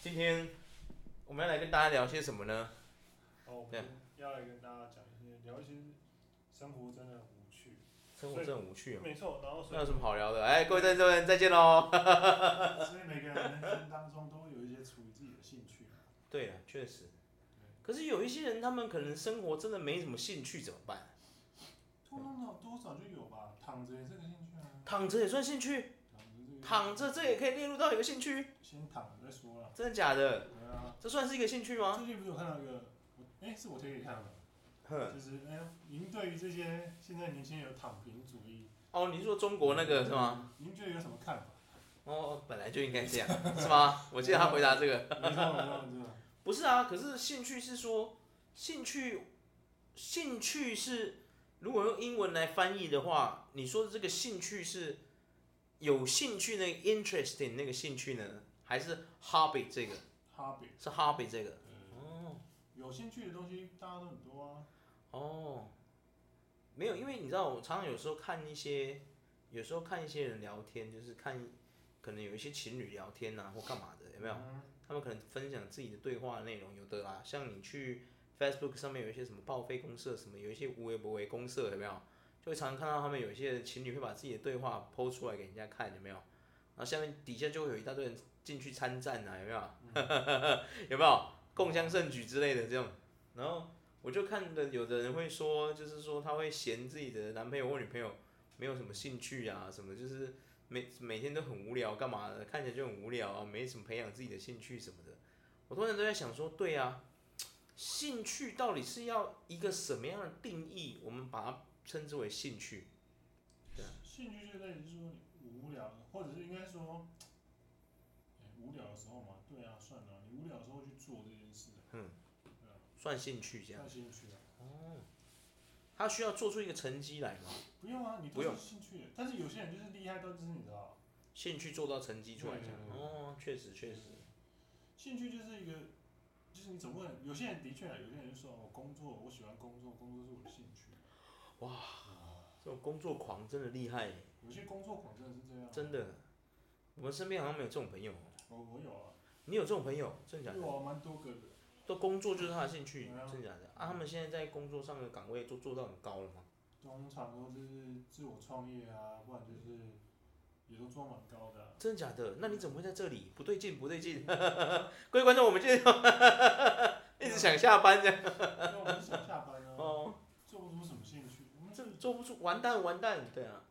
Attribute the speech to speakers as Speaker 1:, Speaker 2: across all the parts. Speaker 1: 今天我们要来跟大家聊些什么呢？
Speaker 2: 好，哦我们要来跟大家讲一些聊一些生活真的无趣。
Speaker 1: 生活真的很无趣哦，
Speaker 2: 没错，然后所
Speaker 1: 那
Speaker 2: 以
Speaker 1: 有什么好聊的？哎，各位观众们再见喽。
Speaker 2: 所以每个人人生当中都会有一些属于自己的兴趣嘛。
Speaker 1: 对啊，确实。可是有一些人，他们可能生活真的没什么兴趣，怎么办？
Speaker 2: 多少多少就有吧，躺着也是个兴趣啊。
Speaker 1: 躺着也算兴趣，
Speaker 2: 躺着这个
Speaker 1: 躺着这也可以列入到一个兴趣，
Speaker 2: 先躺着再说 啦。
Speaker 1: 真的假的？
Speaker 2: 对啊，
Speaker 1: 这算是一个兴趣吗？
Speaker 2: 最近不是有看到一个，我哎、是我推给你看的吗，
Speaker 1: 哼，
Speaker 2: 就是哎、您对于这些现在年轻人有躺平主义，
Speaker 1: 哦，你是说中国那个是吗？？
Speaker 2: 您觉得有什么看法？
Speaker 1: 哦，本来就应该这样，是吗？我记得他回答这个，
Speaker 2: 没错没错没错，
Speaker 1: 不是啊。可是兴趣是说，兴趣，兴趣是如果用英文来翻译的话，你说的这个兴趣是有兴趣那个 interesting 那个兴趣呢，还是 hobby 这个？
Speaker 2: 哈比，
Speaker 1: 是 hobby 这个？
Speaker 2: 呃，
Speaker 1: 哦
Speaker 2: 有兴趣的东西大家都很多啊。
Speaker 1: 哦，没有，因为你知道，我常常有时候看一些，有时候看一些人聊天，就是看可能有一些情侣聊天呐、或干嘛的，有没有？
Speaker 2: 嗯
Speaker 1: 他们可能分享自己的对话的内容，有的啦，像你去 Facebook 上面有一些什么报废公社，什么有一些无为不为公社，有没有？就会常常看到他们有一些人情侣会把自己的对话剖出来给人家看，有没有？然后下面底下就会有一大堆人进去参战啊，有没有？有 没有共襄盛举之类的这种？然后我就看的有的人会说，就是说他会嫌自己的男朋友或女朋友没有什么兴趣啊，什么就是每每天都很无聊，干嘛的？看起来就很无聊啊，没什么培养自己的兴趣什么的。我突然都在想说，对啊，兴趣到底是要一个什么样的定义？我们把它称之为兴趣。
Speaker 2: 兴趣就在于说你无聊，或者是应该说，哎、无聊的时候嘛，对啊，算了，你无聊的时候去做这件事，
Speaker 1: 算兴趣这样
Speaker 2: 算，兴趣啊，
Speaker 1: 他需要做出一个成绩来嘛？
Speaker 2: 不用啊，你
Speaker 1: 不
Speaker 2: 都
Speaker 1: 用
Speaker 2: 是兴趣的。但是有些人就是厉害到就是你知道，
Speaker 1: 兴趣做到成绩出来这样。
Speaker 2: 对
Speaker 1: 哦，确实确实，
Speaker 2: 兴趣就是一个，就是你总不能有些人的确啊，有些人就说我工作，我喜欢工作，工作是我的兴趣。
Speaker 1: 这种工作狂真的厉害耶，
Speaker 2: 有些工作狂真的是这样啊，
Speaker 1: 真的。我们身边好像没有这种朋友哦，
Speaker 2: 我我有啊，
Speaker 1: 你有这种朋友？真的假的？
Speaker 2: 有啊，蛮多个的。
Speaker 1: 都工作就是他的兴趣，
Speaker 2: 对啊
Speaker 1: 真的假的？啊，他们现在在工作上的岗位都做到很高了吗？
Speaker 2: 通常都是自我创业啊，不然就是也都做蛮高 的啊、
Speaker 1: 真的假的？那你怎么会在这里？不对劲，不对劲！ 各位观众，我们今天 一直想下班这样
Speaker 2: 因为我们是想下班啊。
Speaker 1: 哦，
Speaker 2: 做不出什么兴趣。我们
Speaker 1: 这
Speaker 2: 这
Speaker 1: 做不出，完蛋，完蛋！对啊，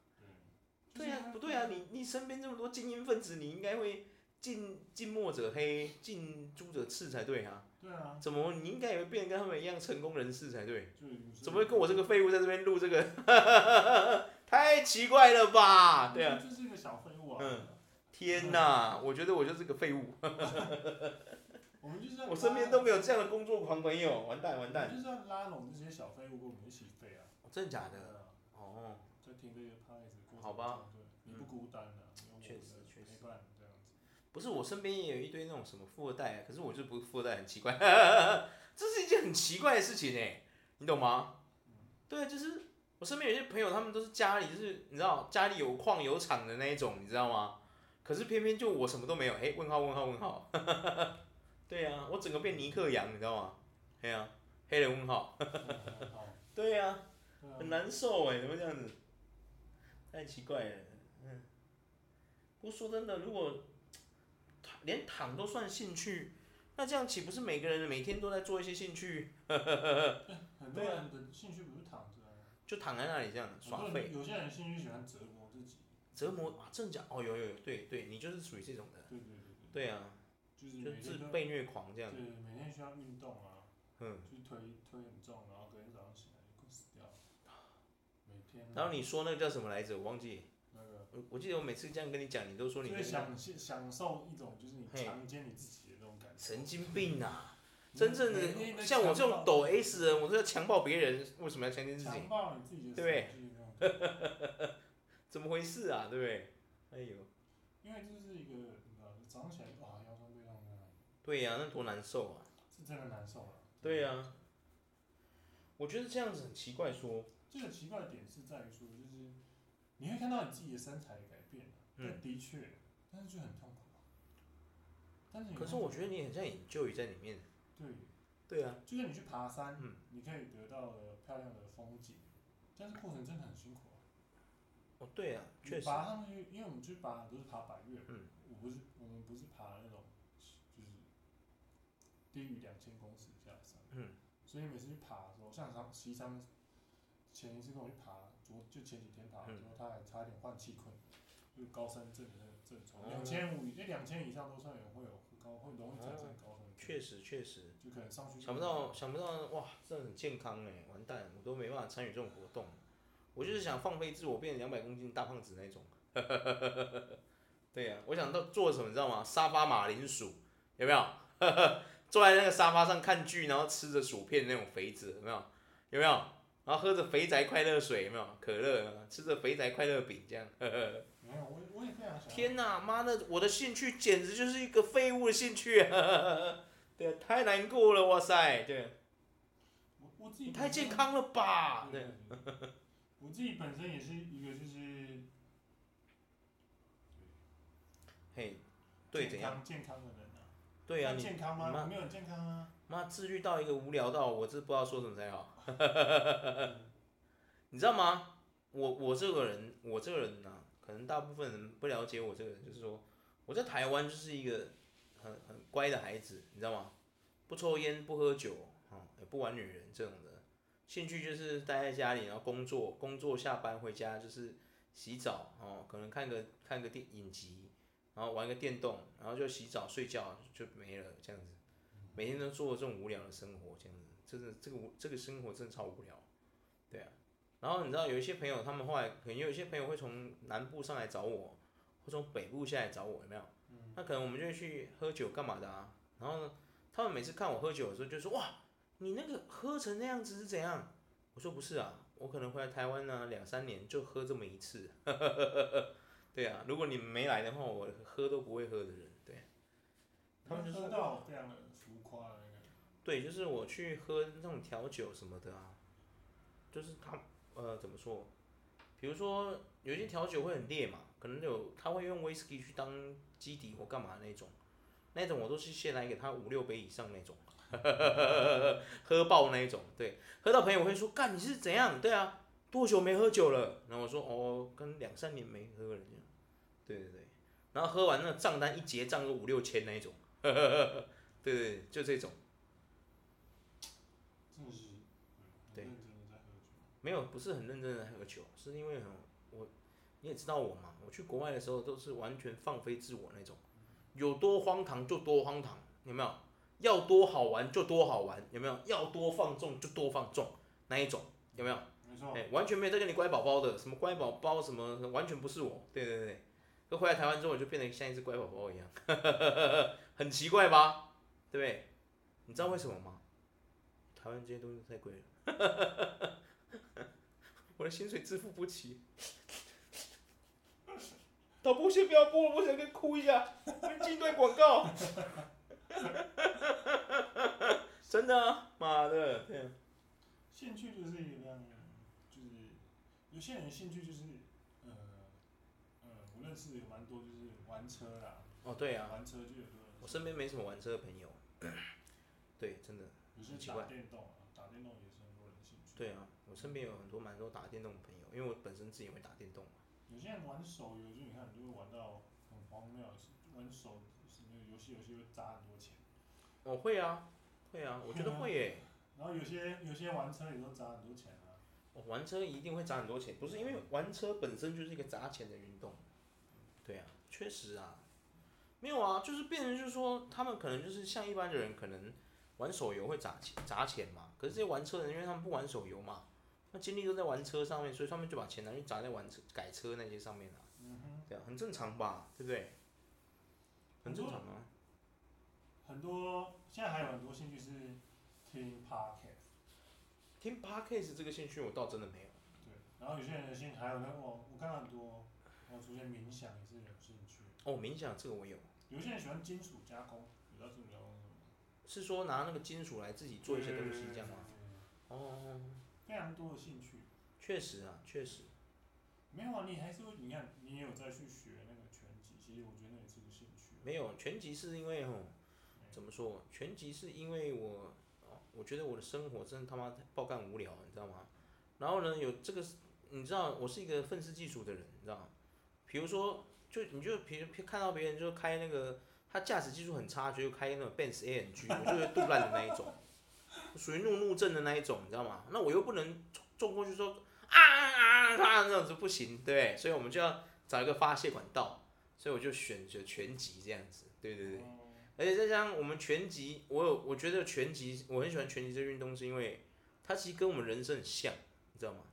Speaker 1: 对
Speaker 2: 呀、
Speaker 1: 啊，不对啊？你你身边这么多精英分子，你应该会近近墨者黑，近朱者赤才对啊！
Speaker 2: 对啊，
Speaker 1: 怎么你应该也会变得跟他们一样成功人士才对？
Speaker 2: 就有时
Speaker 1: 怎么会跟我这个 废物在这边录这个？太奇怪了吧？对啊，
Speaker 2: 这就是一个小废物啊。
Speaker 1: 嗯天哪！我觉得我就是个废物，
Speaker 2: 我们就是要
Speaker 1: 我身边都没有这样的工作狂朋友，完蛋完
Speaker 2: 我们
Speaker 1: 蛋！
Speaker 2: 就是要拉拢这些小废物跟我们一起废啊。
Speaker 1: 真的假
Speaker 2: 对
Speaker 1: 的？
Speaker 2: 啊，
Speaker 1: 哦，
Speaker 2: 在听这个 p o d 的过程中
Speaker 1: 好吧，嗯
Speaker 2: 对，你不孤单的、啊，有我
Speaker 1: 确
Speaker 2: 们
Speaker 1: 实
Speaker 2: 的
Speaker 1: 确实
Speaker 2: 陪伴这样子。
Speaker 1: 不是，我身边也有一堆那种什么富二代，可是我就不是富二代，很奇怪， 这是一件很奇怪的事情哎，你懂吗？对，啊就是我身边有些朋友，他们都是家里就是你知道家里有矿有厂的那一种，你知道吗？可是偏偏就我什么都没有，哎，问号问号问号， 对呀、我整个变尼克杨，你知道吗？对呀、黑人问号，
Speaker 2: 嗯好，
Speaker 1: 对呀、
Speaker 2: 对啊
Speaker 1: 很难受哎，怎么会这样子？太奇怪了，嗯。不过说真的，如果躺连躺都算兴趣，那这样岂不是每个人每天都在做一些兴趣，
Speaker 2: 很多
Speaker 1: 对啊
Speaker 2: 人的兴趣不是躺着、啊，
Speaker 1: 就躺在那里这样耍
Speaker 2: 很多
Speaker 1: 废
Speaker 2: 人有些人兴趣喜欢折磨自己。
Speaker 1: 折磨啊？真的假？哦，有有有，对对，你就是属于这种的，
Speaker 2: 对对对对，
Speaker 1: 对啊，
Speaker 2: 就是
Speaker 1: 就
Speaker 2: 每
Speaker 1: 自
Speaker 2: 天都
Speaker 1: 被虐狂这样，
Speaker 2: 对每天需要运动啊。
Speaker 1: 嗯。
Speaker 2: 就是推推很重，然后隔天早上醒来就快死掉了。每天啊。
Speaker 1: 然后你说那个叫什么来着？我忘记，
Speaker 2: 那个，
Speaker 1: 我我记得我每次这样跟你讲，你都说你
Speaker 2: 就
Speaker 1: 那
Speaker 2: 是
Speaker 1: 个
Speaker 2: 享享受一种就是你
Speaker 1: 嘿
Speaker 2: 强奸你自己的那种感觉。
Speaker 1: 神经病啊！
Speaker 2: 你
Speaker 1: 真正
Speaker 2: 每天
Speaker 1: 的
Speaker 2: 在
Speaker 1: 像我这种
Speaker 2: 强
Speaker 1: 抖 S 人，我都要强暴别人，为什么要强奸
Speaker 2: 暴
Speaker 1: 自己
Speaker 2: 强？暴你自己的
Speaker 1: 对
Speaker 2: 神经那种感觉，
Speaker 1: 怎么回事啊？对不对？哎呦，
Speaker 2: 因为这是一个你知道，早上起来哇腰酸背痛的，
Speaker 1: 对呀、那多难受啊！
Speaker 2: 是真的难受了。
Speaker 1: 对啊呀、我觉得这样子很奇怪说，
Speaker 2: 这个奇怪的点是在于说，就是你会看到你自己的身材的改变啊，
Speaker 1: 嗯
Speaker 2: 但的确，但是就很痛苦啊。但是你
Speaker 1: 可是
Speaker 2: 看
Speaker 1: 我觉得你很像引咎于在里面。
Speaker 2: 对，呃
Speaker 1: 对啊，
Speaker 2: 就像你去爬山，
Speaker 1: 嗯
Speaker 2: 你可以得到的漂亮的风景，但是过程真的很辛苦啊。
Speaker 1: 哦对啊，
Speaker 2: 你
Speaker 1: 确实，
Speaker 2: 爬上去，因为我们去爬都是爬百岳，
Speaker 1: 嗯，
Speaker 2: 我不是我们不是爬那种就是低于两千公尺以下的山，
Speaker 1: 嗯，
Speaker 2: 所以每次去爬的时候，像上西山前一次跟我去爬，昨就前几天爬的时
Speaker 1: 嗯
Speaker 2: 候，他还差点患气困，就是高山症的那个症状，
Speaker 1: 哦
Speaker 2: 两千五那两千以上都算有会有高会容易产生高山症，
Speaker 1: 确实确实，
Speaker 2: 就可能上去
Speaker 1: 想不到想不到哇，这很健康哎，完蛋，我都没办法参与这种活动。我就是想放飞自我，变成两百公斤大胖子那种。 对呀、我想到做什么，你知道吗？沙发马铃薯有没有？ 坐在那个沙发上看剧，然后吃着薯片那种肥子，有没有？有没有？然后喝着肥宅快乐水，有没有？可乐，有没有吃着肥宅快乐饼，这样。
Speaker 2: 没有，我也我也非常想要
Speaker 1: 天呐，妈的，我的兴趣简直就是一个废物的兴趣、啊， 对啊，太难过了，哇塞，对啊，
Speaker 2: 我我自己
Speaker 1: 你
Speaker 2: 本
Speaker 1: 太
Speaker 2: 身
Speaker 1: 健康了吧，对
Speaker 2: 对对
Speaker 1: 啊，
Speaker 2: 对对 我自己本身也是一个就是
Speaker 1: 嘿，对，怎
Speaker 2: 健
Speaker 1: 样？
Speaker 2: 康健康的人啊。
Speaker 1: 对啊，
Speaker 2: 那
Speaker 1: 你
Speaker 2: 健康吗？
Speaker 1: 你妈
Speaker 2: 我没有很健康啊。
Speaker 1: 妈自律到一个无聊到我真不知道说什么才好，你知道吗？我我这个人，我这个人呐、可能大部分人不了解我这个人，就是说我在台湾就是一个很很乖的孩子，你知道吗？不抽烟，不喝酒，啊、也不玩女人这种的，兴趣就是待在家里，然后工作，工作下班回家就是洗澡，哦，可能看个看个电影集，然后玩个电动，然后就洗澡睡觉就没了，这样子，每天都做这种无聊的生活，这样子，真的这个无这个生活真的超无聊，对啊。然后你知道有一些朋友，他们后来可能有一些朋友会从南部上来找我，或从北部下来找我，有没有？那可能我们就会去喝酒干嘛的啊。然后呢，他们每次看我喝酒的时候就说：“哇，你那个喝成那样子是怎样？”我说：“不是啊，我可能回来台湾呢、两三年就喝这么一次。” 对啊，如果你们没来的话，我喝都不会喝的人，对。啊他们就
Speaker 2: 喝
Speaker 1: 是
Speaker 2: 到非常的浮夸的那个，
Speaker 1: 对，就是我去喝那种调酒什么的啊，就是他呃怎么说？比如说有一些调酒会很烈嘛，可能有他会用威士忌去当基底或干嘛那种，那种我都是先来给他五六杯以上那种， 喝爆那一种。对，喝到朋友会说干你是怎样？对啊，多久没喝酒了？然后我说哦，跟两三年没喝了这样。对对对，然后喝完那个账单一结账就五六千那一种， 对对对，就这种。
Speaker 2: 真的是很
Speaker 1: 嗯对
Speaker 2: 认真的在喝酒。
Speaker 1: 没有，不是很认真的喝酒，是因为很我你也知道我嘛，我去国外的时候都是完全放飞自我那种，有多荒唐就多荒唐，有没有？要多好玩就多好玩，有没有？要多放纵就多放纵，那一种有没有？
Speaker 2: 没错，
Speaker 1: 哎、完全没有在跟你乖宝宝的，什么乖宝宝什么，完全不是我。对对对，就回来台湾之后，我就变得像一只乖宝宝一样， 很奇怪吧？对不对？你知道为什么吗？台湾这些东西太贵了， 我的薪水支付不起。导播先不要播了，我想跟哭一下，进一段广告。 真的啊，妈的，对啊
Speaker 2: 兴趣就是一个非常就是有些人兴趣就是呃呃，我认识有蛮多就是玩车啦，
Speaker 1: 哦对啊，
Speaker 2: 玩车就有多人，
Speaker 1: 我身边没什么玩车的朋友，啊 对，真的，很
Speaker 2: 有些
Speaker 1: 奇
Speaker 2: 打
Speaker 1: 怪
Speaker 2: 电动啊，打电动也是很多人兴趣。
Speaker 1: 对啊，我身边有很多蛮多打电动的朋友，因为我本身自己也会打电动嘛，
Speaker 2: 有些人玩手游，就你看，你就会玩到很荒谬，玩手什么游戏，游戏会砸很多钱。
Speaker 1: 我、会啊，会啊，我觉得会耶、
Speaker 2: 然后有些有些玩车也都砸很多钱啊。
Speaker 1: 我哦玩车一定会砸很多钱，不是因
Speaker 2: 嗯
Speaker 1: 为玩车本身就是一个砸钱的运动，对啊，确实啊，没有啊，就是变成就是说他们可能就是像一般的人，可能玩手游会砸钱砸钱嘛，可是这些玩车的人，因为他们不玩手游嘛，那精力都在玩车上面，所以他们就把钱拿去砸在玩车改车那些上面了、
Speaker 2: 嗯哼，
Speaker 1: 对啊，很正常吧，对不对？很正常啊。
Speaker 2: 很多现在还有很多兴趣是听 podcast，
Speaker 1: 听 podcast 这个兴趣我倒真的没有。
Speaker 2: 对。然后有些人的兴趣还有那哦我我看到很多，还有出现冥想也是有兴趣。
Speaker 1: 哦，冥想这个我有，
Speaker 2: 有些人喜欢金属加工，你知道金属加工是什么吗？
Speaker 1: 是说拿那个金属来自己做一些东西这样吗？
Speaker 2: 对？对对对对
Speaker 1: 哦，
Speaker 2: 非常多的兴趣。
Speaker 1: 确实啊，确实。
Speaker 2: 没有啊，你还是会，你看，你也有再去学那个拳击，其实我觉得那也是个兴趣。
Speaker 1: 没有全集是因为吼，怎么说？全集是因为我，哦我觉得我的生活真的他妈爆干无聊，你知道吗？然后呢，有这个，你知道我是一个愤世嫉俗的人，你知道吗？比如说，就你就别看到别人就开那个，他驾驶技术很差，就开那种 Benz AMG，我就会杜烂的那一种，属于怒怒症的那一种，你知道吗？那我又不能冲冲过去说啊啊啊啊那样子不行，对不对，所以我们就要找一个发泄管道，所以我就选择拳击这样子，对对对。
Speaker 2: 哦
Speaker 1: 而且再加上我们拳击，我有我觉得拳击我很喜欢拳击这个运动，是因为它其实跟我们人生很像，你知道吗？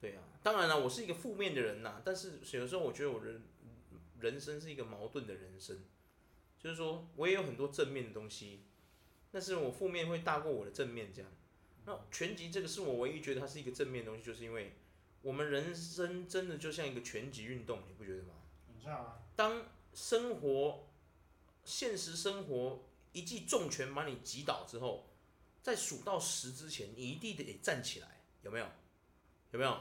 Speaker 1: 对啊，当然了，我是一个负面的人呐，但是有时候我觉得我人人生是一个矛盾的人生，就是说我也有很多正面的东西，但是我负面会大过我的正面这样。那拳击这个是我唯一觉得它是一个正面的东西，就是因为我们人生真的就像一个拳击运动，你不觉得吗？
Speaker 2: 很像啊，
Speaker 1: 当生活、现实生活一记重拳把你击倒之后，在数到十之前，你一定得站起来，有没有？有没有？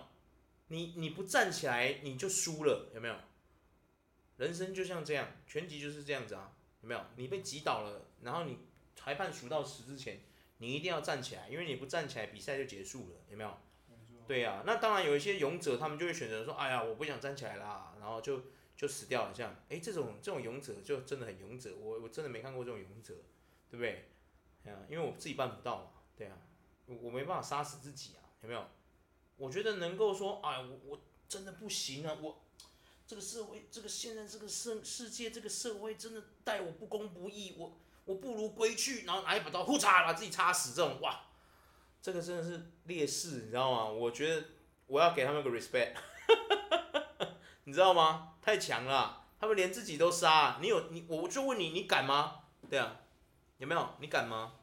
Speaker 1: 你你不站起来你就输了，有没有？人生就像这样，拳击就是这样子啊，有没有？你被击倒了，然后你裁判数到十之前，你一定要站起来，因为你不站起来比赛就结束了，有没有？
Speaker 2: 没错。
Speaker 1: 对呀、那当然有一些勇者，他们就会选择说，哎呀，我不想站起来啦，然后就就死掉了。这样，哎，这种这种勇者就真的很勇者，我我真的没看过这种勇者，对不对？哎呀、因为我自己办不到嘛，对啊，我我没办法杀死自己啊，有没有？我觉得能够说，哎，我我真的不行啊，我这个社会，这个现在这个世世界，这个社会真的待我不公不义，我我不如归去，然后拿一把刀，呼嚓把自己插死，这种哇，这个真的是劣势，你知道吗？我觉得我要给他们个 respect，你知道吗？太强了啊，他们连自己都杀，你有你，我就问你，你敢吗？对啊，有没有？你敢吗？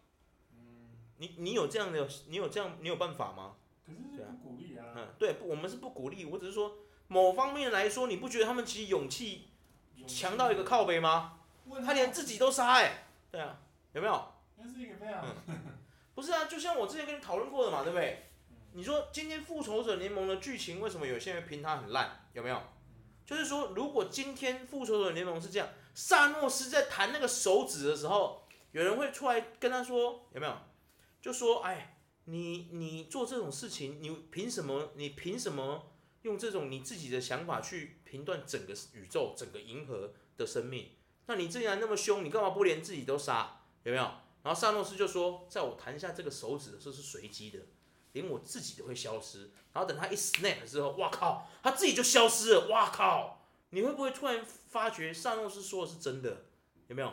Speaker 1: 你你有这样的，你有这样，你有办法吗？
Speaker 2: 可是这不鼓励啊，
Speaker 1: 嗯，对，不，我们是不鼓励，我只是说某方面来说，你不觉得他们其实勇气
Speaker 2: 勇气
Speaker 1: 强到一个，靠背吗？
Speaker 2: 问
Speaker 1: 他连自己都杀，哎，对啊，有没有？
Speaker 2: 那是一个非常
Speaker 1: 不是啊，就像我之前跟你讨论过的嘛，对不对？
Speaker 2: 嗯
Speaker 1: 你说今天复仇者联盟的剧情为什么有些人评它很烂，有没有？就是说，如果今天复仇者联盟是这样，萨诺斯在弹那个手指的时候，有人会出来跟他说，有没有？就说，哎，你你做这种事情，你凭什么？你凭什么用这种你自己的想法去评断整个宇宙、整个银河的生命？那你既然那么凶，你干嘛不连自己都杀？有没有？然后萨诺斯就说，在我弹下这个手指的时候是随机的，连我自己都会消失。然后等他一 snap 之后，哇靠，他自己就消失了。哇靠，你会不会突然发觉萨诺斯说的是真的？有没有？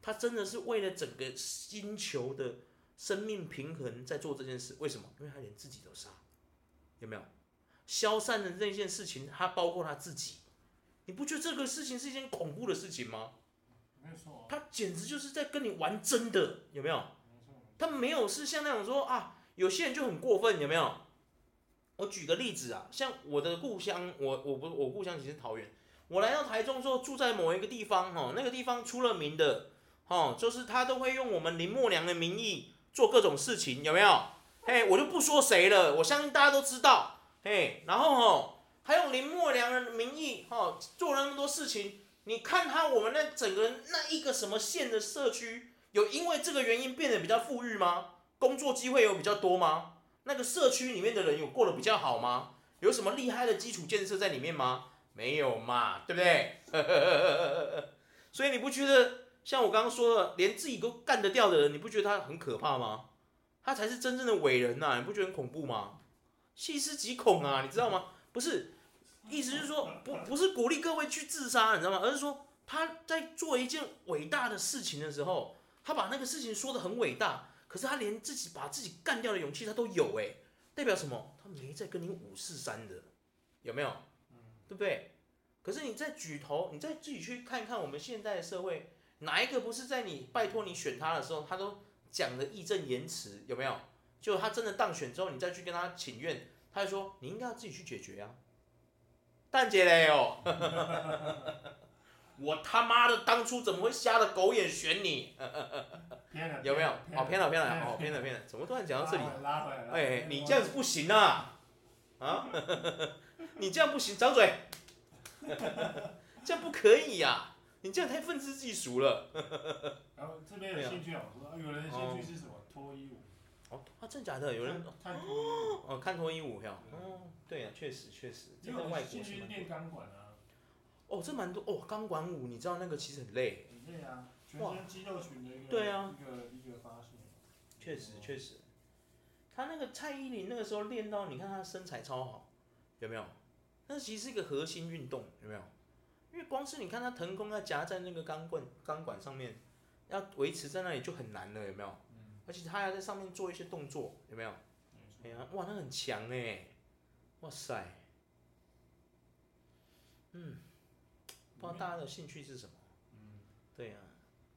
Speaker 1: 他真的是为了整个星球的生命平衡在做这件事。为什么？因为他连自己都杀，有没有？消散的那件事情，他包括他自己。你不觉得这个事情是一件恐怖的事情吗？
Speaker 2: 没有错啊，
Speaker 1: 他简直就是在跟你玩真的，有没有？
Speaker 2: 没错，
Speaker 1: 他没有是像那种说啊，有些人就很过分，有没有？我举个例子啊，像我的故乡，我我不我故乡其实是桃园，我来到台中之后住在某一个地方，哦，那个地方出了名的，哦，就是他都会用我们林默娘的名义做各种事情，有没有？嘿，我就不说谁了，我相信大家都知道，嘿，然后哦，还用林默娘的名义，哦，做了那么多事情，你看他我们那整个那一个什么县的社区，有因为这个原因变得比较富裕吗？工作机会有比较多吗？那个社区里面的人有过得比较好吗？有什么厉害的基础建设在里面吗？没有嘛，对不 对？所以你不觉得像我刚刚说的，连自己都干得掉的人，你不觉得他很可怕吗？他才是真正的伟人呐、啊你不觉得很恐怖吗？细思极恐啊，你知道吗？不是，意思是说不不是鼓励各位去自杀，你知道吗？而是说他在做一件伟大的事情的时候，他把那个事情说的很伟大，可是他连自己把自己干掉的勇气他都有、欸，代表什么？他没在跟你五四三的，有没有？对不对？可是你再举头，你再自己去看看我们现在的社会，哪一个不是在你拜托你选他的时候，他都讲的义正言辞，有没有？就他真的当选之后，你再去跟他请愿，他就说你应该要自己去解决啊。蛋姐嘞哦， 我他妈的当初怎么会瞎了狗眼选你？
Speaker 2: 偏了，
Speaker 1: 有没有？哦，
Speaker 2: 偏
Speaker 1: 偏
Speaker 2: 了，
Speaker 1: 了偏了，哦偏了偏了，怎么突然讲到这里？
Speaker 2: 拉回来，拉回来
Speaker 1: 哎，你这样子，不行啊！啊， 你这样不行，张嘴，这样不可以呀、你这样太愤世嫉俗了。
Speaker 2: 然后这边有兴趣啊，我说啊，有人的兴趣是什么？脱衣舞。
Speaker 1: 哦，啊，真假的？有人
Speaker 2: 看看脱衣舞，
Speaker 1: 哦看脱衣舞票？哦，对啊，确实确实，这
Speaker 2: 也有
Speaker 1: 在外
Speaker 2: 人
Speaker 1: 国
Speaker 2: 兴
Speaker 1: 是
Speaker 2: 趣
Speaker 1: 蛮
Speaker 2: 练钢管啊，
Speaker 1: 哦，这蛮多哦，钢管舞，你知道那个其实很累，
Speaker 2: 很累啊，全
Speaker 1: 哇
Speaker 2: 身肌肉群的一个
Speaker 1: 对啊
Speaker 2: 一个一个发现。
Speaker 1: 确实确实。他那个蔡依林那个时候练到，你看她身材超好，有没有？那其实是一个核心运动，有没有？因为光是你看她腾空要夹在那个钢棍钢管上面，要维持在那里就很难了，有没有？
Speaker 2: 嗯，
Speaker 1: 而且她还要在上面做一些动作，有没有？
Speaker 2: 没错
Speaker 1: 哎呀，哇，那很强哎，哇塞，不知道大家的兴趣是什么？
Speaker 2: 嗯，
Speaker 1: 对呀、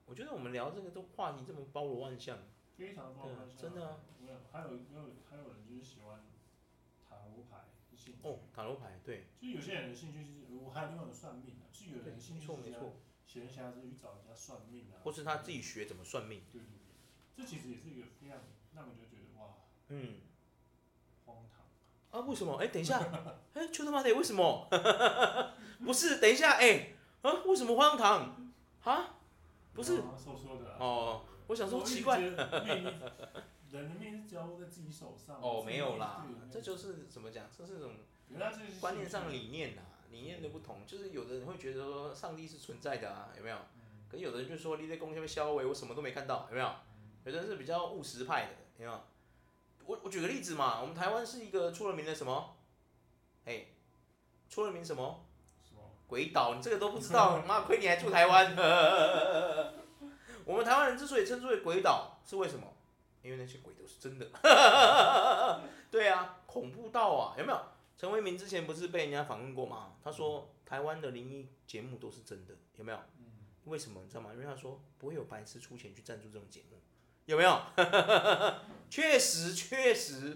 Speaker 1: 我觉得我们聊这个都话题这么包罗万象，
Speaker 2: 非常棒
Speaker 1: 对啊
Speaker 2: 的项目，
Speaker 1: 真的啊
Speaker 2: 我有还有还有还有人就是喜欢塔罗牌的兴趣，
Speaker 1: 哦，塔罗牌，对，
Speaker 2: 就是有些人的兴趣是，我还有另外一种算命的，是有
Speaker 1: 对，
Speaker 2: 人的兴
Speaker 1: 没
Speaker 2: 趣
Speaker 1: 错
Speaker 2: 是啊
Speaker 1: 没
Speaker 2: 这样
Speaker 1: 错，
Speaker 2: 闲暇之余去找人家算命啊，
Speaker 1: 或是他自己学怎么算命，
Speaker 2: 对对对，这其实也是一个非常让人就觉得哇
Speaker 1: 嗯，
Speaker 2: 荒唐，
Speaker 1: 啊，为什么？哎，等一下， 哎，秋他妈的，为什么？ 不是，等一下，哎，啊，为什么荒唐？啊，不是，
Speaker 2: 刚刚说说的啊、
Speaker 1: 哦
Speaker 2: 对，
Speaker 1: 我想说
Speaker 2: 一直
Speaker 1: 奇怪
Speaker 2: 觉得命人的命是交在自己手上，
Speaker 1: 哦，
Speaker 2: 自己
Speaker 1: 没有啦
Speaker 2: 对，
Speaker 1: 这就是怎么讲，这是一种
Speaker 2: 原来这是
Speaker 1: 观念上的
Speaker 2: 兴趣
Speaker 1: 理念呐、理念的不同，就是有的人会觉得说上帝是存在的啊，有没有？
Speaker 2: 嗯
Speaker 1: 可是有的人就说你在公下面消委，我什么都没看到，有没有？有的人是比较务实派的，有没有？我我举个例子嘛，我们台湾是一个出了名的什么？哎，出了名什么？
Speaker 2: 什么
Speaker 1: 鬼岛，你这个都不知道，妈亏你还住台湾。 我们台湾人之所以称之为鬼岛，是为什么？因为那些鬼都是真的。 对啊，恐怖到啊，有没有？陈为民之前不是被人家访问过吗？他说台湾的灵异节目都是真的，有没有？
Speaker 2: 嗯
Speaker 1: 为什么你知道吗？因为他说不会有白痴出钱去赞助这种节目，有没有？ 确实，确实，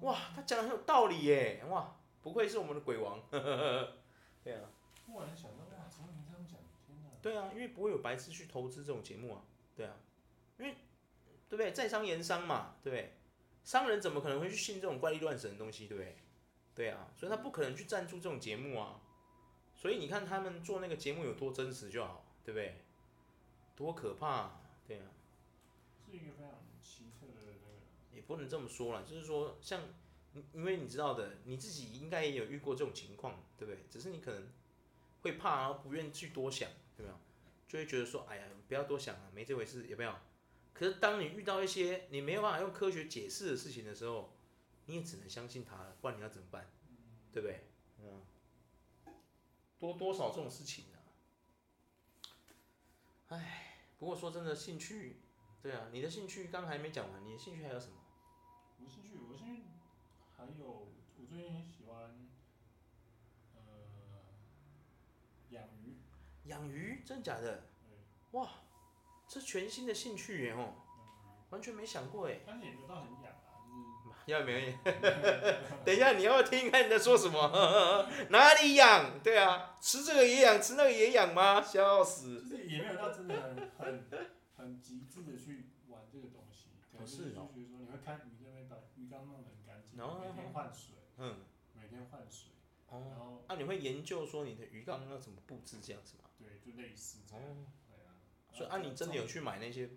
Speaker 1: 哇，他讲的很有道理耶，哇，不愧是我们的鬼王。 对啊。
Speaker 2: 忽然想到哇，怎么你这样讲？天哪！
Speaker 1: 对啊，因为不会有白痴去投资这种节目啊，对啊，因为对不对？在商言商嘛，对不对？商人怎么可能会去信这种怪力乱神的东西，对不对？对啊，所以他不可能去赞助这种节目啊。所以你看他们做那个节目有多真实就好，对不对？多可怕、啊，对啊，
Speaker 2: 是一个非常奇特的那个，
Speaker 1: 也不能这么说啦，就是说像你，因为你知道的，你自己应该也有遇过这种情况，对不对？只是你可能会怕，然后不愿去多想，有没有？就会觉得说，哎呀，不要多想了，没这回事，有没有？可是当你遇到一些你没有办法用科学解释的事情的时候，你也只能相信它了，不然你要怎么办？对不对？嗯，多多少这种事情啊。哎，不过说真的，兴趣，对啊，你的兴趣刚还没讲完，你的兴趣还有什么？
Speaker 2: 我兴趣，我兴趣还有我最近喜欢呃养鱼，
Speaker 1: 养鱼，真假的？
Speaker 2: 对，
Speaker 1: 这全新的兴趣耶哦，
Speaker 2: 养
Speaker 1: 完全没想过哎
Speaker 2: 鱼，。但是也没有到很养啊，就是
Speaker 1: 要没 有？等一下，你要不要听看你在说什 么？哪里痒？对啊，吃这个也痒，吃那个也痒吗？笑死！
Speaker 2: 就是也没有到真的很很很极致的去玩这个东西，可
Speaker 1: 哦
Speaker 2: 能就是是
Speaker 1: 哦
Speaker 2: 觉得说你会看鱼在那边把鱼缸弄得很干净，
Speaker 1: 哦
Speaker 2: 每天换水，
Speaker 1: 嗯，
Speaker 2: 每天换水，然
Speaker 1: 哦，
Speaker 2: 后
Speaker 1: 那、你会研究说你的鱼缸要怎么布置这样子吗？
Speaker 2: 对，就类似这样，
Speaker 1: 哦，
Speaker 2: 对啊。
Speaker 1: 所以啊，
Speaker 2: 然后
Speaker 1: 你真的有去买那些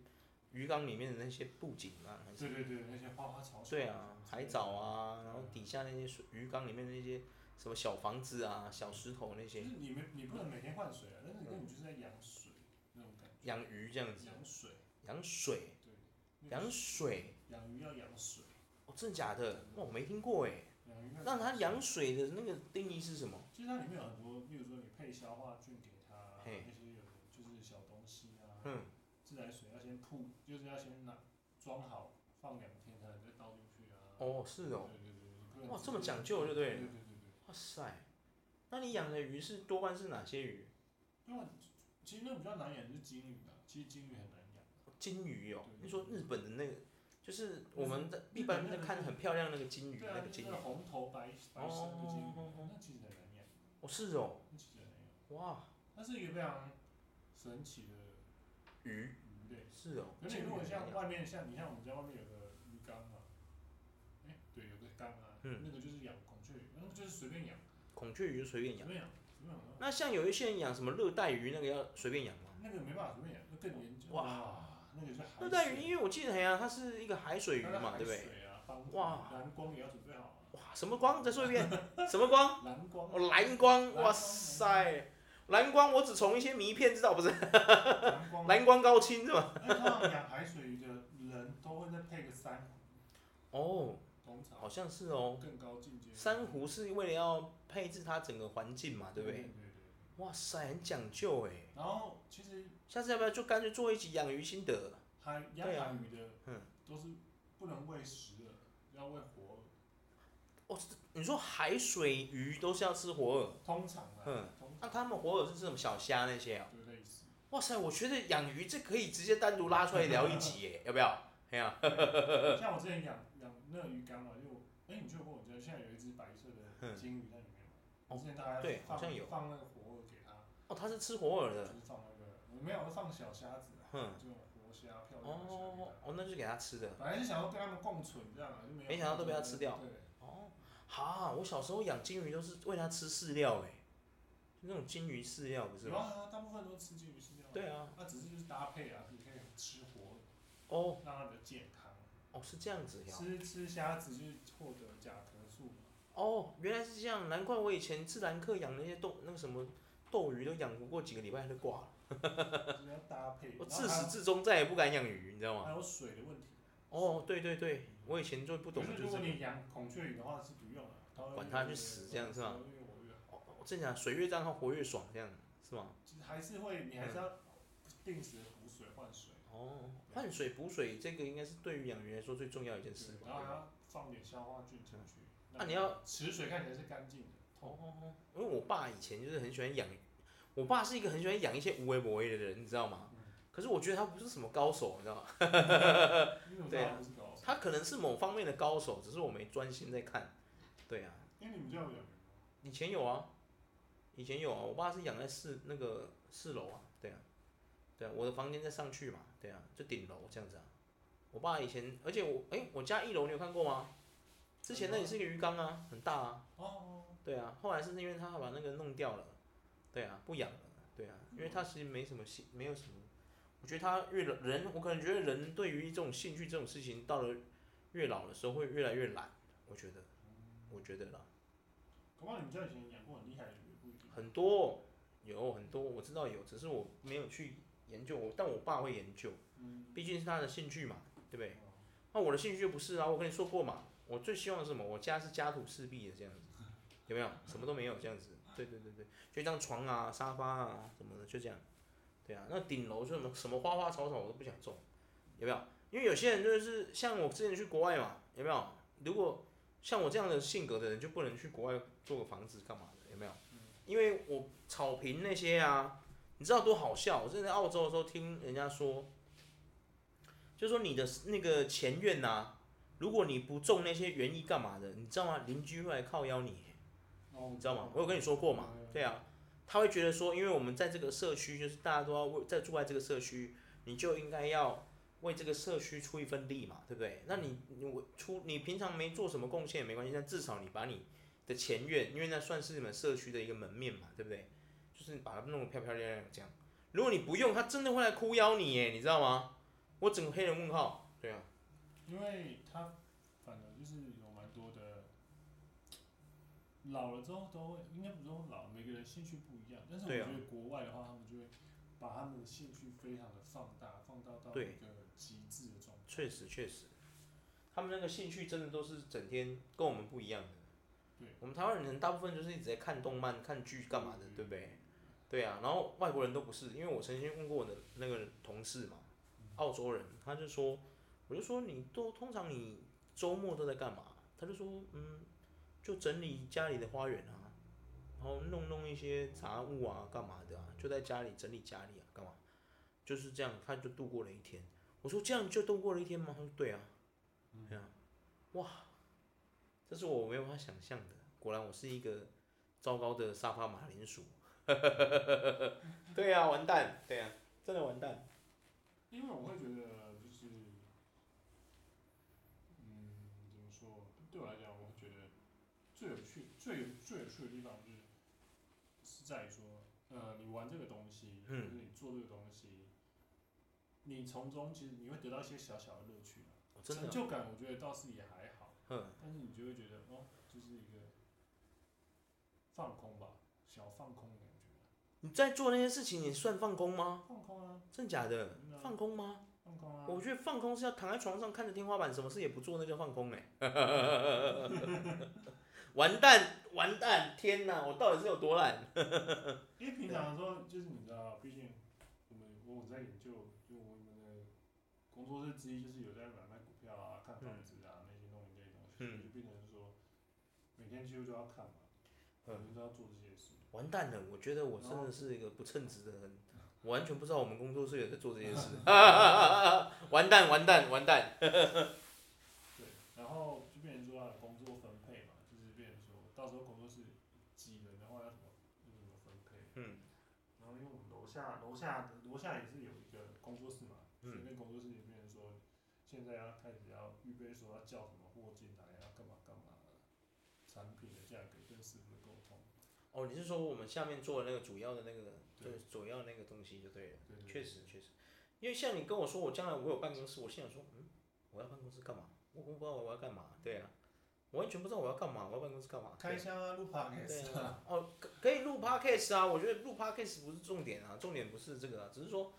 Speaker 1: 鱼缸里面的那些布景吗？还
Speaker 2: 对
Speaker 1: 是？
Speaker 2: 对对，那些花花草草。
Speaker 1: 对啊，海藻。啊，然后底下那些水鱼缸里面的那些什么小房子啊、小石头那
Speaker 2: 就
Speaker 1: 些
Speaker 2: 是，你没你不能每天换水啊，但
Speaker 1: 嗯
Speaker 2: 是你就是在养水那种感觉。
Speaker 1: 养鱼这样子，
Speaker 2: 养水，
Speaker 1: 养水，
Speaker 2: 对。那个
Speaker 1: 养水。
Speaker 2: 养鱼要养水，
Speaker 1: 哦，真的假的？哇，我没听过哎。
Speaker 2: 养鱼要水
Speaker 1: 那它养，水的那个定义是什么？
Speaker 2: 就是它里面有很多，比如说你配消化菌给它啊，
Speaker 1: 嘿
Speaker 2: 那些有就是小东西啊。
Speaker 1: 嗯，
Speaker 2: 自来水要先铺，就是要先拿装好，放两天才能再倒进去啊。
Speaker 1: 哦，是
Speaker 2: 对，
Speaker 1: 哦。
Speaker 2: 对对对你不能
Speaker 1: 哇
Speaker 2: 直
Speaker 1: 这么
Speaker 2: 接
Speaker 1: 讲究就对了
Speaker 2: 对对对
Speaker 1: 哇塞，那你养的鱼是多半是哪些鱼？
Speaker 2: 对，因为其实那比较难养就是金鱼啊，其实金鱼很难养。
Speaker 1: 金鱼哦
Speaker 2: 对。
Speaker 1: 你说日本的那个，就是我们在一般在看很漂亮那个金鱼，
Speaker 2: 对啊
Speaker 1: 那，个
Speaker 2: 就是
Speaker 1: 金鱼
Speaker 2: 那个。红头白白身的金鱼
Speaker 1: 哦哦哦
Speaker 2: 啊，那其实很难养，
Speaker 1: 哦，是哦。
Speaker 2: 那其实很难养。
Speaker 1: 哇，
Speaker 2: 它是一个非常神奇的
Speaker 1: 鱼
Speaker 2: 鱼类。
Speaker 1: 是哦。
Speaker 2: 可是
Speaker 1: 金
Speaker 2: 你
Speaker 1: 鱼
Speaker 2: 如果
Speaker 1: 很
Speaker 2: 像
Speaker 1: 养
Speaker 2: 外面，像你像我们家外面有个鱼缸嘛，哎、对，有个缸啊，
Speaker 1: 嗯
Speaker 2: 那个就是养孔雀鱼，那个就是随便养，
Speaker 1: 孔雀鱼就随便
Speaker 2: 随
Speaker 1: 养。
Speaker 2: 便养，随便没有没有
Speaker 1: 那像有一些人养什么热带鱼，那个要随便养吗？
Speaker 2: 那个没办法随便养，那更严重。
Speaker 1: 哇
Speaker 2: 哇，那个是海
Speaker 1: 热带鱼，
Speaker 2: 水
Speaker 1: 因为我记得哎呀，它是一个海水鱼
Speaker 2: 它是
Speaker 1: 嘛，
Speaker 2: 海
Speaker 1: 对不对？
Speaker 2: 水啊，帮助
Speaker 1: 哇
Speaker 2: 蓝光也要准备好啊。
Speaker 1: 哇，什么光？再说一遍， 什么光？
Speaker 2: 蓝光
Speaker 1: 哦，蓝光，
Speaker 2: 蓝光
Speaker 1: 哇塞，蓝光，我只从一些迷片知道，不是
Speaker 2: 蓝光，
Speaker 1: 蓝光高清是吧？
Speaker 2: 那通常养海水鱼的人都会再配个珊瑚，
Speaker 1: 哦，
Speaker 2: 通常
Speaker 1: 好像是哦，
Speaker 2: 更高境界。
Speaker 1: 珊瑚是为了要配置它整个环境嘛，对不
Speaker 2: 对
Speaker 1: 对？哇塞，很讲究哎，
Speaker 2: 然后其实
Speaker 1: 下次要不要就干脆做一集养鱼心得？
Speaker 2: 海养
Speaker 1: 对啊
Speaker 2: 海鱼的
Speaker 1: 嗯，
Speaker 2: 都是不能喂食的，要喂活饵。
Speaker 1: 你说海水鱼都是要吃活饵，
Speaker 2: 通常啊，
Speaker 1: 嗯
Speaker 2: 通
Speaker 1: 那
Speaker 2: 常
Speaker 1: 他们活饵是什么小虾那些啊？
Speaker 2: 就类似。
Speaker 1: 哇塞，我觉得养鱼这可以直接单独拉出来聊一集耶，要不要？哎呀、
Speaker 2: 像我之前养养那个鱼缸嘛，就哎，你就跟我讲，现在有一只白色的金鱼在里面嘛。
Speaker 1: 嗯哦
Speaker 2: 我之前大概
Speaker 1: 对好
Speaker 2: 放
Speaker 1: 像有
Speaker 2: 放那个活饵给它，
Speaker 1: 哦，他是吃活饵
Speaker 2: 就
Speaker 1: 的，
Speaker 2: 是放那个我没有我放小虾子啊，
Speaker 1: 哼，
Speaker 2: 就活虾漂亮的虾
Speaker 1: 嗯
Speaker 2: 给
Speaker 1: 哦
Speaker 2: 它。
Speaker 1: 哦，那就给他吃的。
Speaker 2: 本来是想要跟他们共存这样嘛，就没有。
Speaker 1: 没想到都被它吃掉
Speaker 2: 对，
Speaker 1: 哦，哈，我小时候养金鱼都是喂它吃饲料哎，就那种金鱼饲料不是
Speaker 2: 有
Speaker 1: 吗？
Speaker 2: 啊，大部分都吃金鱼饲料。，
Speaker 1: 对啊，
Speaker 2: 那只是就是搭配啊，你可以吃活，
Speaker 1: 哦
Speaker 2: 让它比较健康。
Speaker 1: 哦是这样子呀，
Speaker 2: 吃吃虾子就是获得甲壳素嘛。
Speaker 1: 哦原来是这样，难怪我以前自然课养那些斗那个什么斗鱼都养不过几个礼拜它就挂了，
Speaker 2: 就是要搭配。
Speaker 1: 我
Speaker 2: 然后
Speaker 1: 自
Speaker 2: 还
Speaker 1: 始至终再也不敢养鱼，你知道
Speaker 2: 有还
Speaker 1: 吗？
Speaker 2: 有水的问题。
Speaker 1: 哦对对对，我以前就不懂
Speaker 2: 可是
Speaker 1: 就
Speaker 2: 如
Speaker 1: 是这
Speaker 2: 果
Speaker 1: 个
Speaker 2: 你养孔雀鱼的话是不用了，它会
Speaker 1: 管它去死这样是吧？
Speaker 2: 越活越好，
Speaker 1: 哦我正讲水越脏它活越爽这样是吗？
Speaker 2: 其实还是会，你还是要定时的补水换水，
Speaker 1: 哦，换水补水这个应该是对于养鱼来说最重要的一件事
Speaker 2: 然后还
Speaker 1: 吧。
Speaker 2: 要放点消化菌进去。
Speaker 1: 那你要
Speaker 2: 池水看起来是干净的，
Speaker 1: 哦哦哦，因为我爸以前就是很喜欢养，我爸是一个很喜欢养一些无为不为的人，你知道吗？
Speaker 2: 嗯
Speaker 1: 可是我觉得他不是什么高手，你知道吗？
Speaker 2: 因为我知
Speaker 1: 对
Speaker 2: 道
Speaker 1: 啊
Speaker 2: 不是高手，
Speaker 1: 他可能是某方面的高手，只是我没专心在看。对啊，
Speaker 2: 因为你们家有养鱼吗，
Speaker 1: 以前有啊，以前有啊，我爸是养在四那个四楼啊，对啊，对啊，我的房间再上去嘛，对啊，就顶楼这样子啊。我爸以前，而且我哎、我家一楼你有看过吗？之前那里是一个鱼缸啊，很大啊。
Speaker 2: 哦，
Speaker 1: 对啊，后来是因为他把那个弄掉了，对啊，不养了，对啊，因为他其实没什么兴，没有什么，我觉得他越老人，我可能觉得人对于这种兴趣这种事情，到了越老的时候会越来越懒，我觉得，
Speaker 2: 嗯
Speaker 1: 我觉得啦，
Speaker 2: 搞不好你们家以前养过很厉害的鱼，不一定。
Speaker 1: 很多有很多我知道有，只是我没有去研究，我但我爸会研究，
Speaker 2: 嗯，
Speaker 1: 毕竟是他的兴趣嘛，对不对？
Speaker 2: 哦
Speaker 1: 那我的兴趣就不是啊，我跟你说过嘛，我最希望是什么？我家是家徒四壁的这样子，有没有？什么都没有这样子。对对对对，就一张床啊、沙发啊什么的，就这样。对啊，那顶楼就什么什么花花草草我都不想种，有没有？因为有些人就是像我之前去国外嘛，有没有？如果像我这样的性格的人，就不能去国外做个房子干嘛的，有没有？因为我草坪那些啊，你知道多好笑？我之前在澳洲的时候听人家说，就说你的那个前院呐、如果你不种那些园艺干嘛的，你知道吗？邻居会来靠邀你，
Speaker 2: 哦，
Speaker 1: 你知道吗？我有跟你说过嘛，对啊，他会觉得说，因为我们在这个社区，就是大家都要为在住在这个社区，你就应该要为这个社区出一份力嘛，对不对？那你你我出你平常没做什么贡献也没关系，但至少你把你的前院，因为那算是你们社区的一个门面嘛，对不对？就是把它弄得漂漂亮亮这样。如果你不用，他真的会来哭邀你耶，你知道吗？我整个黑人问号，对啊，
Speaker 2: 因为他反而就是有蛮多的，老了之后都会，应该不是说老，每个人兴趣不一样。但是我
Speaker 1: 对
Speaker 2: 觉
Speaker 1: 啊
Speaker 2: 得国外的话，他们就会把他们的兴趣非常的放大，放大到
Speaker 1: 对
Speaker 2: 一个极致的状态。
Speaker 1: 确实确实，他们那个兴趣真的都是整天跟我们不一样的。
Speaker 2: 对，
Speaker 1: 我们台湾人大部分就是一直在看动漫、看剧干嘛的，
Speaker 2: 嗯
Speaker 1: 对不对？对啊，然后外国人都不是，因为我曾经问过我的那个同事嘛，澳洲人，他就说，我就说你都通常你周末都在干嘛？他就说，嗯，就整理家里的花园啊，然后弄弄一些杂物啊，干嘛的啊，就在家里整理家里啊，干嘛？就是这样，他就度过了一天。我说这样就度过了一天吗？他说对啊，对啊，哇，这是我没有办法想象的。果然我是一个糟糕的沙发马铃薯。 对啊，完蛋，对啊，真的完蛋。
Speaker 2: 因为我会觉得就是，嗯，怎么说？对我来讲，我会觉得最有趣、最有最有趣的地方就是是在于说，呃，你玩这个东西，或
Speaker 1: 嗯
Speaker 2: 者是你做这个东西，你从中其实你会得到一些小小的乐趣
Speaker 1: 哦
Speaker 2: 啊、
Speaker 1: 真
Speaker 2: 成
Speaker 1: 的啊，
Speaker 2: 就感我觉得倒是也还好，
Speaker 1: 嗯，
Speaker 2: 但是你就会觉得哦，就是一个放空吧，小放空的感觉，
Speaker 1: 你在做那些事情，你算放空吗？
Speaker 2: 放空啊，
Speaker 1: 真假的
Speaker 2: 嗯啊？
Speaker 1: 放空吗？
Speaker 2: 放空啊，
Speaker 1: 我觉得放空是要躺在床上看着天花板，什么事也不做，那叫放空哎、 完蛋，完蛋，天哪！我到底是有多懒？
Speaker 2: 因为平常的时候，就是你知道，毕竟我们我有在研究，就我们的工作室之一就是有在买卖股票啊、看房子啊、那些弄一类东西，
Speaker 1: 嗯
Speaker 2: 就变成是说每天几乎都要看嘛，每
Speaker 1: 嗯
Speaker 2: 天都要做这些事。
Speaker 1: 完蛋了，我觉得我真的是一个不称职的人，我完全不知道我们工作室有在做这件事。 完蛋，完蛋，完蛋！
Speaker 2: 对，然后就变成说他的工作分配嘛，就是变成说到时候工作室几人的话要怎么要怎么分配。
Speaker 1: 嗯。
Speaker 2: 然后因为我们楼下楼下楼下也是有一个工作室嘛，
Speaker 1: 嗯
Speaker 2: 所以那工作室里面说，现在要开始要预备说要叫什么货进来，要干嘛干嘛的，产品的价格跟师傅的沟通。
Speaker 1: 哦，你是说我们下面做的那个主要的那个，就
Speaker 2: 对
Speaker 1: 是主要那个东西就对了。
Speaker 2: 对对对
Speaker 1: 确实确实，因为像你跟我说我将来我有办公室，我心想说，嗯，我要办公室干嘛？我我不知道我要干嘛。对啊，我完全不知道我要干嘛，我要办公室干嘛？对
Speaker 2: 开箱啊，录 p o d
Speaker 1: 对
Speaker 2: c 啊，
Speaker 1: 啊，哦，可可以录 podcast 啊，我觉得录 podcast 不是重点啊，重点不是这个、啊，只是说，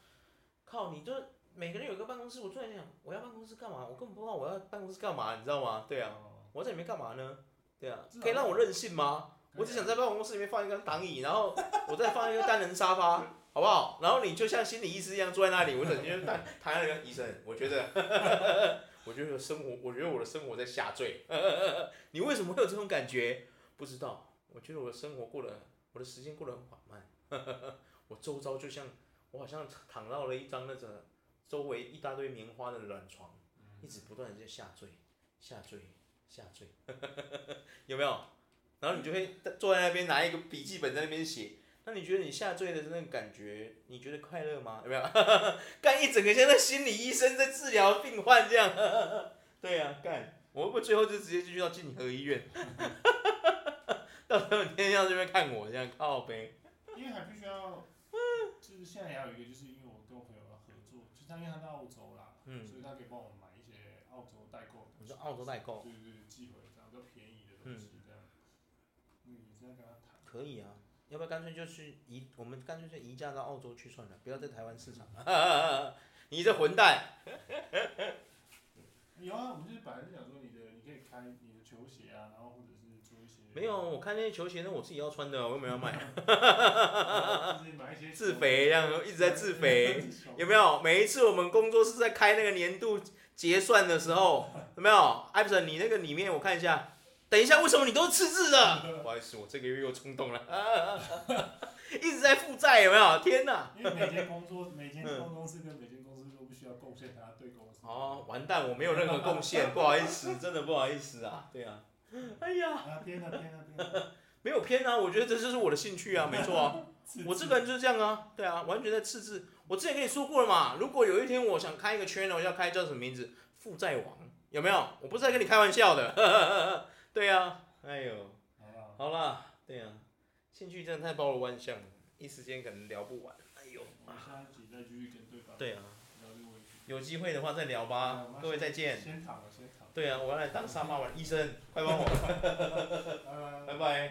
Speaker 1: 靠，你这每个人有一个办公室，我突然想，我要办公室干嘛？我根本不知道我要办公室干嘛，你知道吗？对啊，
Speaker 2: 哦
Speaker 1: 我在里面干嘛呢？对啊
Speaker 2: 至，少
Speaker 1: 可以让我任性吗？我只想在办公室里面放一张躺椅，然后我再放一个单人沙发，好不好？然后你就像心理医师一样坐在那里，我整天就躺躺在那个医生，我觉得， 我觉得生活，我觉得我的生活在下坠。 你为什么会有这种感觉？不知道，我觉得我的生活过得，我的时间过得很缓慢。 我周遭就像我好像躺到了一张那种周围一大堆棉花的软床，一直不断的在下坠，下坠，下坠， 有没有？然后你就会坐在那边拿一个笔记本在那边写。那你觉得你下坠的那个感觉，你觉得快乐吗？有没有？ 干一整个像那心理医生在治疗病患这样。 对呀、啊，干，我会不会最后就直接就去到静和医院？ 到时候你天天要这边看我这样靠呗。
Speaker 2: 因为还必须要，就是现在还有一个，就是因为我跟我朋友要合作，就是他因为他在澳洲啦，
Speaker 1: 嗯，
Speaker 2: 所以他可以帮我买一些澳洲代购的东西。
Speaker 1: 你说澳洲代购
Speaker 2: 对对对，哦寄回这样比较便宜的东西这样。你这样跟他谈，
Speaker 1: 可以啊，要不要干脆就去移？我们干脆就移驾到澳洲去算了，不要在台湾市场。 你这混蛋！
Speaker 2: 有啊，我们就是本来就想说你的，你可以开你的球鞋啊，然后或者是做一些
Speaker 1: 没有，，我看那些球鞋，那我自己要穿的，啊我又没有买。
Speaker 2: 就是买一些
Speaker 1: 自肥这样一直在自 肥，有
Speaker 2: 有？
Speaker 1: 没有？每一次我们工作室在开那个年度结算的时候，有没有？艾普森，你那个里面我看一下。等一下，为什么你都是赤字的？不好意思，我这个月又冲动了， 一直在负债，有没有？天哪！
Speaker 2: 因为每间工作、每间公公司跟每间公司都不需要贡献他对公司。
Speaker 1: 哦，，完蛋，我没有任何贡献，不好意思，真的不好意思啊。对啊，哎呀，
Speaker 2: 啊天哪天哪天哪！
Speaker 1: 没有偏啊，我觉得这就是我的兴趣啊，没错啊。
Speaker 2: 自
Speaker 1: 我这个人就是这样啊，对啊，完全在赤字。我之前跟你说过了嘛，如果有一天我想开一个 channel，要开叫什么名字？负债王，有没有？我不是在跟你开玩笑的。 对啊，哎呦，
Speaker 2: 好不好？
Speaker 1: 好啦，对啊，兴趣真的太包罗万象了，一时间可能聊不完。哎呦，
Speaker 2: 我们下一集再继续跟对方
Speaker 1: 对啊，
Speaker 2: 聊这个问题。
Speaker 1: 有机会的话再聊吧啊
Speaker 2: 好，
Speaker 1: 各位再见。
Speaker 2: 先躺了，先躺了。
Speaker 1: 对啊，我要来当沙发王医生，快帮我，
Speaker 2: 拜拜
Speaker 1: 拜拜。